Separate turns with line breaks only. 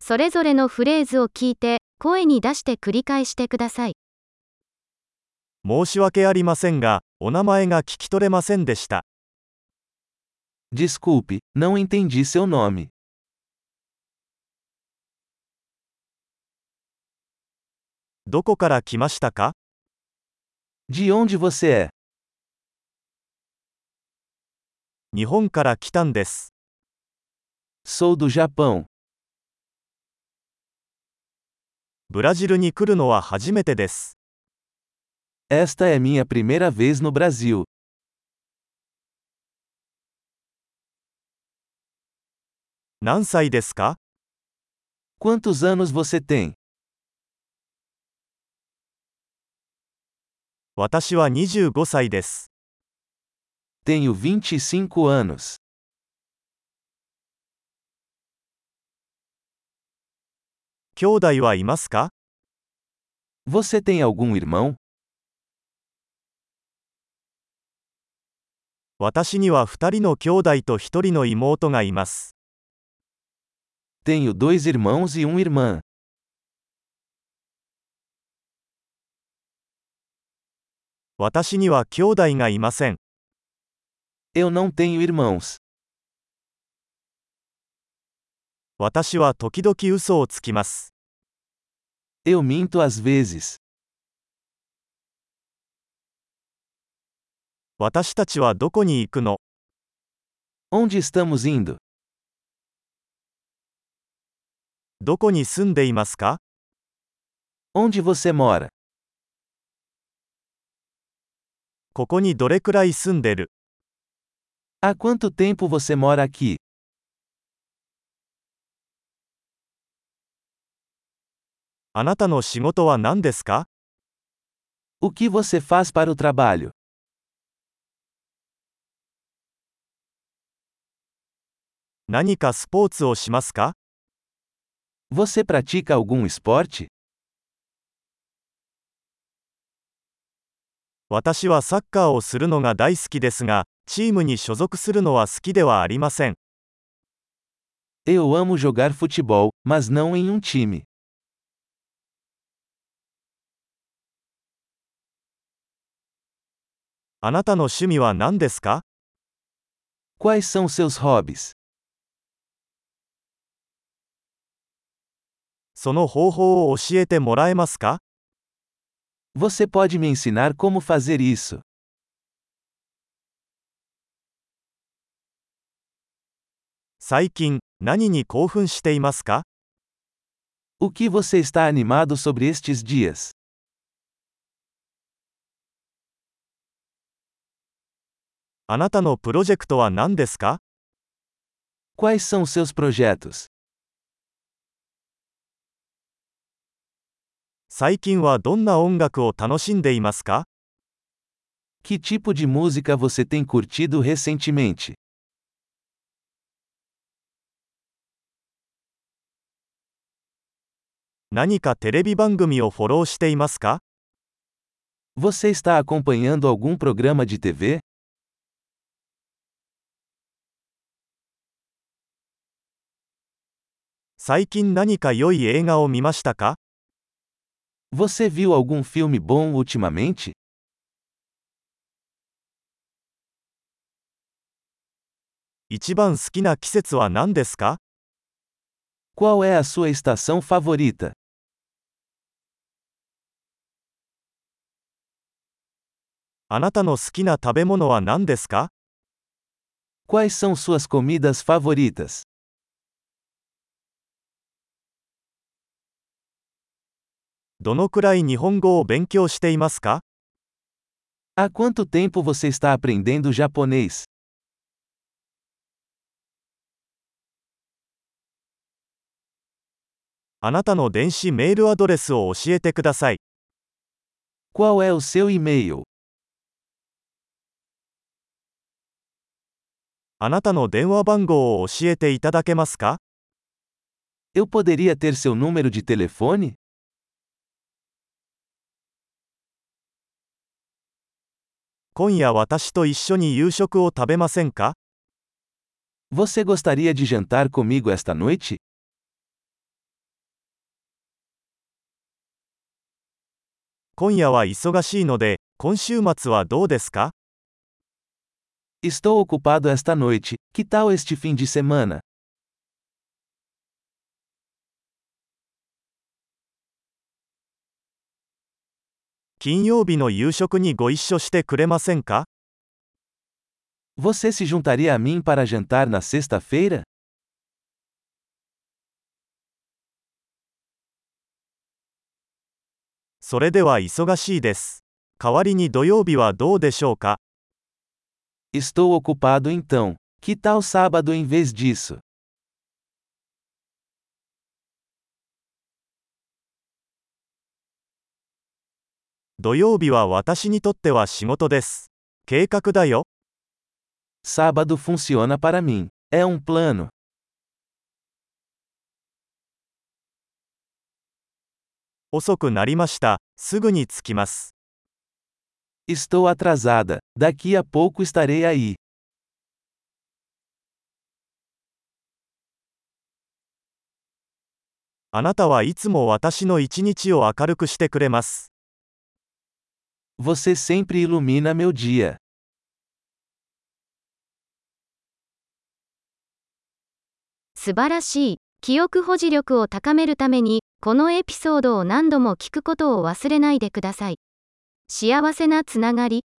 それぞれのフレーズを聞いて、声に出して繰り返してください。
申し訳ありませんが、お名前が聞き取れませんでした。
Desculpe, não entendi seu nome.
どこから来ましたか
De onde você é?
日本から来たんです。
Sou do Japão.
ブラジルに来るのは初めてです。
Esta é minha primeira vez no Brasil.
何歳ですか
Quantos anos você tem?
私は25歳です。
Tenho 25 anos.
兄弟はいますか
Você tem algum irmão?
私には2人の兄弟と1人の妹がいます。
Tenho dois irmãos e uma irmã.
私には兄弟がいません。
Eu não tenho irmãos.
私は時々嘘をつきます。
Eu minto às vezes.
私たちはどこに行くの
Onde estamos indo?
どこに住んでいますか
Onde você mora?
ここにどれくらい住んでる
Há quanto tempo você mora aqui?
あなたの仕事は何ですか
O que você faz para o trabalho?
何かスポーツをしますか
Você pratica algum esporte?
私はサッカーをするのが大好きですが、チームに所属するのは好きではありません。
Eu amo jogar futebol, mas não em um time.
あなたの趣味は何ですか
Quais são seus hobbies?
その方法を教えてもらえますか
Você pode me ensinar como fazer isso?
最近、何に興奮していますか
O que você está animado sobre estes dias?
あなたのプロジェクトは何ですか
Quais são seus projetos?
最近はどんな音楽を楽しんでいますか
Que tipo de música você tem curtido recentemente?
何かテレビ番組をフォローしていますか
Você está acompanhando algum programa de TV?
最近何か良い映画を見ましたか
Você viu algum filme bom ultimamente?
一番好きな季節は何ですか
Qual é a sua estação favorita?
あなたの好きな食べ物は何ですか
Quais são suas comidas favoritas?
どのくらい日本語を勉強していますか
Há quanto tempo você está aprendendo japonês?
あなたの電子メールアドレスを教えてください。
Qual é o seu e-mail?
あなたの電話番号を教えていただけますか
Eu poderia ter seu número de telefone?
今夜私と一緒に夕食を食べませんか
Você gostaria de jantar comigo esta noite?
今夜は忙しいので、今週末はどうですか
Estou ocupado esta noite, que tal este fim de semana?
金曜日の夕食にご一緒してくれませんか
Você se juntaria a mim para jantar na sexta-feira?
それでは忙しいです。代わりに土曜日はどうでしょうか
Estou ocupado então. Que tal sábado em vez disso?
土曜日は私にとっては仕事です。計画だよ。
Sábado funciona para mim. É um plano.
遅くなりました。すぐに着きます。
Estou atrasada. Daqui a pouco estarei aí.
あなたはいつも私の一日を明るくしてくれます。
Você sempre ilumina meu dia.
素晴らしい。記憶保持力を高めるために、このエピソードを何度も聞くことを忘れないでください。幸せなつながり。